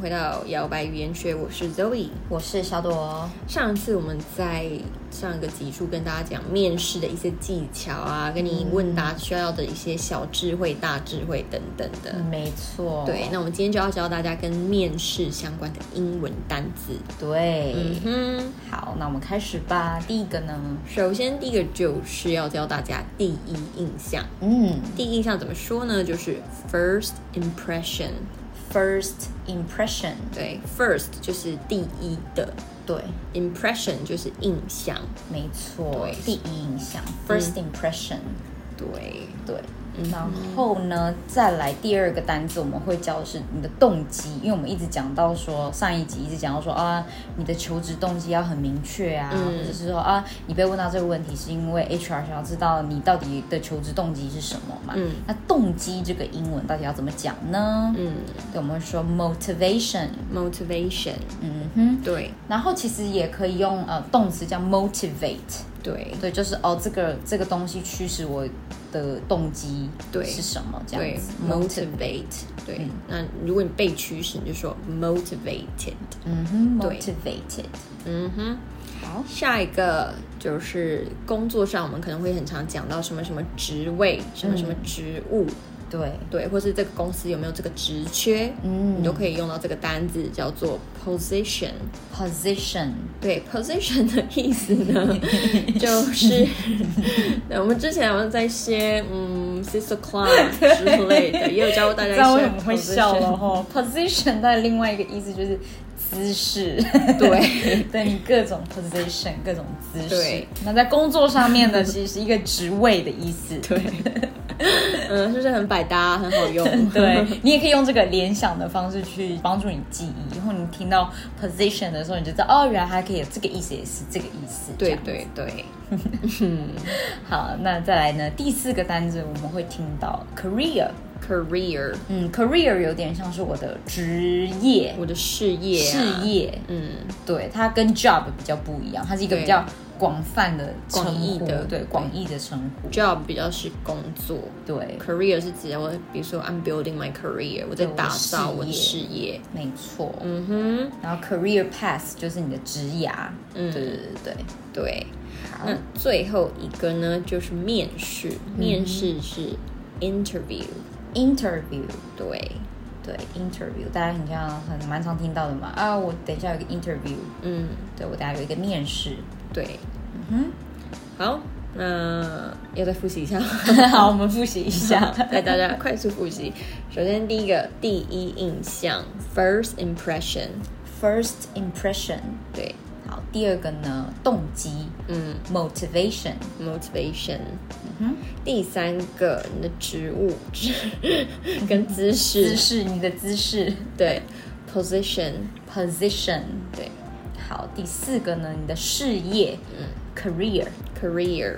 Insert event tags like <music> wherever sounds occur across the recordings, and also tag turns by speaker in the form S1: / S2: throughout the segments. S1: 回到摇摆语言学，我是 Zoe。
S2: 我是小朵。
S1: 上次我们在上一个集数跟大家讲面试的一些技巧啊，跟你问答需要的一些小智慧、大智慧等等的。
S2: 嗯没错，
S1: 对，那我们今天就要教大家跟面试相关的英文单字。
S2: 对，
S1: 嗯哼，
S2: 好，那我们开始吧。第一个呢，
S1: 首先第一个就是要教大家第一印象。
S2: 嗯
S1: 第一印象怎么说呢？就是 first impression。
S2: ，first impression，
S1: 对，first 就是第一的
S2: 对，
S1: impression 就是印象。
S2: 没错
S1: 对，嗯
S2: 第一印象，first impression，、
S1: 对，
S2: 对。
S1: 嗯
S2: 然后呢，再来第二个单字，我们会教的是你的动机，因为我们一直讲到说上一集一直讲到说啊，你的求职动机要很明确啊，
S1: 嗯
S2: 或者是说啊，你被问到这个问题是因为 HR 想要知道你到底的求职动机是什么嘛？
S1: 嗯
S2: 那动机这个英文到底要怎么讲呢？
S1: 嗯
S2: 对，我们会说 motivation，
S1: ，motivation，
S2: 嗯哼，
S1: 对
S2: 然后其实也可以用呃动词叫 motivate，
S1: 对
S2: 对，就是哦这个这个东西驱使我的动机
S1: 对
S2: 是什么这样
S1: 对
S2: 子嗯
S1: motivate，对。那如果你被驱使，你就说 motivated。
S2: 嗯哼
S1: 对
S2: ，motivated，
S1: 嗯哼，
S2: 好，
S1: 下一个就是工作上，我们可能会很常讲到什么什么职位，什么什么
S2: 嗯
S1: 职务，
S2: 对，
S1: 对，或是这个公司有没有这个职缺，
S2: 嗯
S1: 你都可以用到这个单字，叫做 position。
S2: ，position，
S1: 对 position 的意思
S2: <laughs>
S1: 呢，就是对我们之前好像在一些嗯 sister
S2: <laughs>
S1: club 之类的，也有教过大
S2: 你
S1: 家
S2: 知道
S1: 一
S2: 为
S1: 些
S2: 什么会笑了
S1: <laughs> position
S2: 吼？position 它的另外一个意思就是
S1: <laughs>
S2: 姿势，
S1: 对
S2: 对你各种 position 各种姿势，
S1: 对，
S2: 那在工作上
S1: <laughs>
S2: 面呢，其实是一个职位的意思，对。
S1: 嗯，是不是很百搭，很好 <laughs> 用？
S2: <laughs> 对你也可以用这个联想的方式去帮助你记忆，以后你听到 position 的时候，你就知道哦，原来它可以有这个意思，也是这个意思。这
S1: 对
S2: 样
S1: 对对，
S2: 好，那再来呢？第四个单字我们会听到 career，
S1: career，
S2: 嗯，career 有点像是我的职业、
S1: 我的事业、啊，
S2: 事，业，
S1: 嗯，
S2: 对，它跟 job 比较不一样，它是一个
S1: 对
S2: 比较广泛的称
S1: 广义
S2: 呼
S1: 的
S2: 对，
S1: 对
S2: 广义的称呼，
S1: ，job 比较是工作
S2: 对，
S1: ，career 是指我，比如说 I'm building my career，我在
S2: 对我的
S1: 打造我的
S2: 事
S1: 事业。
S2: 没错。
S1: 嗯哼，
S2: 然后 career path 就是你的职涯，
S1: 嗯
S2: 对对对对。
S1: 对。
S2: 好嗯
S1: 那最后一个呢，就是面试，面试是 interview，
S2: interview，
S1: 对，
S2: 对 interview，大家很像很蛮常听到的嘛啊，我等一下有一个 interview，
S1: 嗯，
S2: 对我等一下有一个面试。 <laughs>
S1: 对，
S2: 嗯
S1: 好，那要再复习一
S2: <laughs>
S1: 下，
S2: 哼，好，我们复习
S1: <laughs>
S2: 一下。
S1: 带大家快速复习。首先第一个第一印象 （first impression），
S2: First impression，
S1: 对，
S2: 好，第二个呢，动机
S1: 嗯
S2: ，motivation，
S1: ，motivation。
S2: 嗯
S1: 第三个你的职务跟姿
S2: 哼，姿
S1: 势，
S2: 势，你的姿势
S1: 对，position，
S2: ，position，
S1: 对
S2: 好，第四个呢，你的事业，嗯，career，
S1: ，career。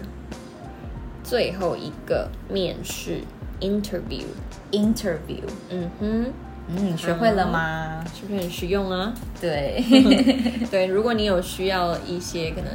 S1: 最后一个面试 （interview），
S2: interview，
S1: 嗯哼，
S2: 嗯，学会了吗？
S1: 是不是很实用啊？
S2: 对， <laughs>
S1: 对，如果你有需要一些可能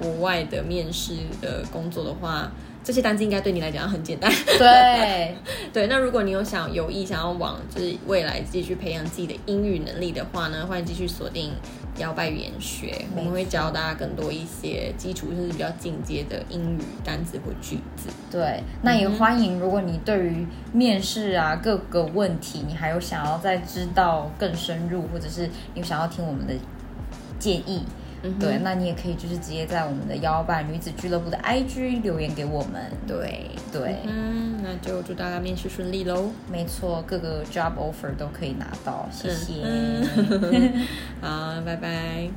S1: 国外的面试的工作的话，这些单词应该对你来讲很简单。 <laughs>
S2: 对，
S1: 对，那如果你有想有意想要往就是未来继续培养自己的英语能力的话呢，欢迎继续锁定摇摆语言学，我们会教大家更多一些基础甚至比较进阶的英语单词或句子。
S2: 对，那也欢迎，如果你对于面试啊各个问题，你还有想要再知道更深入，或者是你想要听我们的建议，对，那你也可以就是直接在我们的摇摆女子俱乐部的 IG 留言给我们。
S1: 对，
S2: 对，
S1: 嗯，那就祝大家面试顺利喽。
S2: 没错，各个嗯
S1: <laughs>
S2: job offer 都可以拿到，谢谢。
S1: 嗯好，拜拜。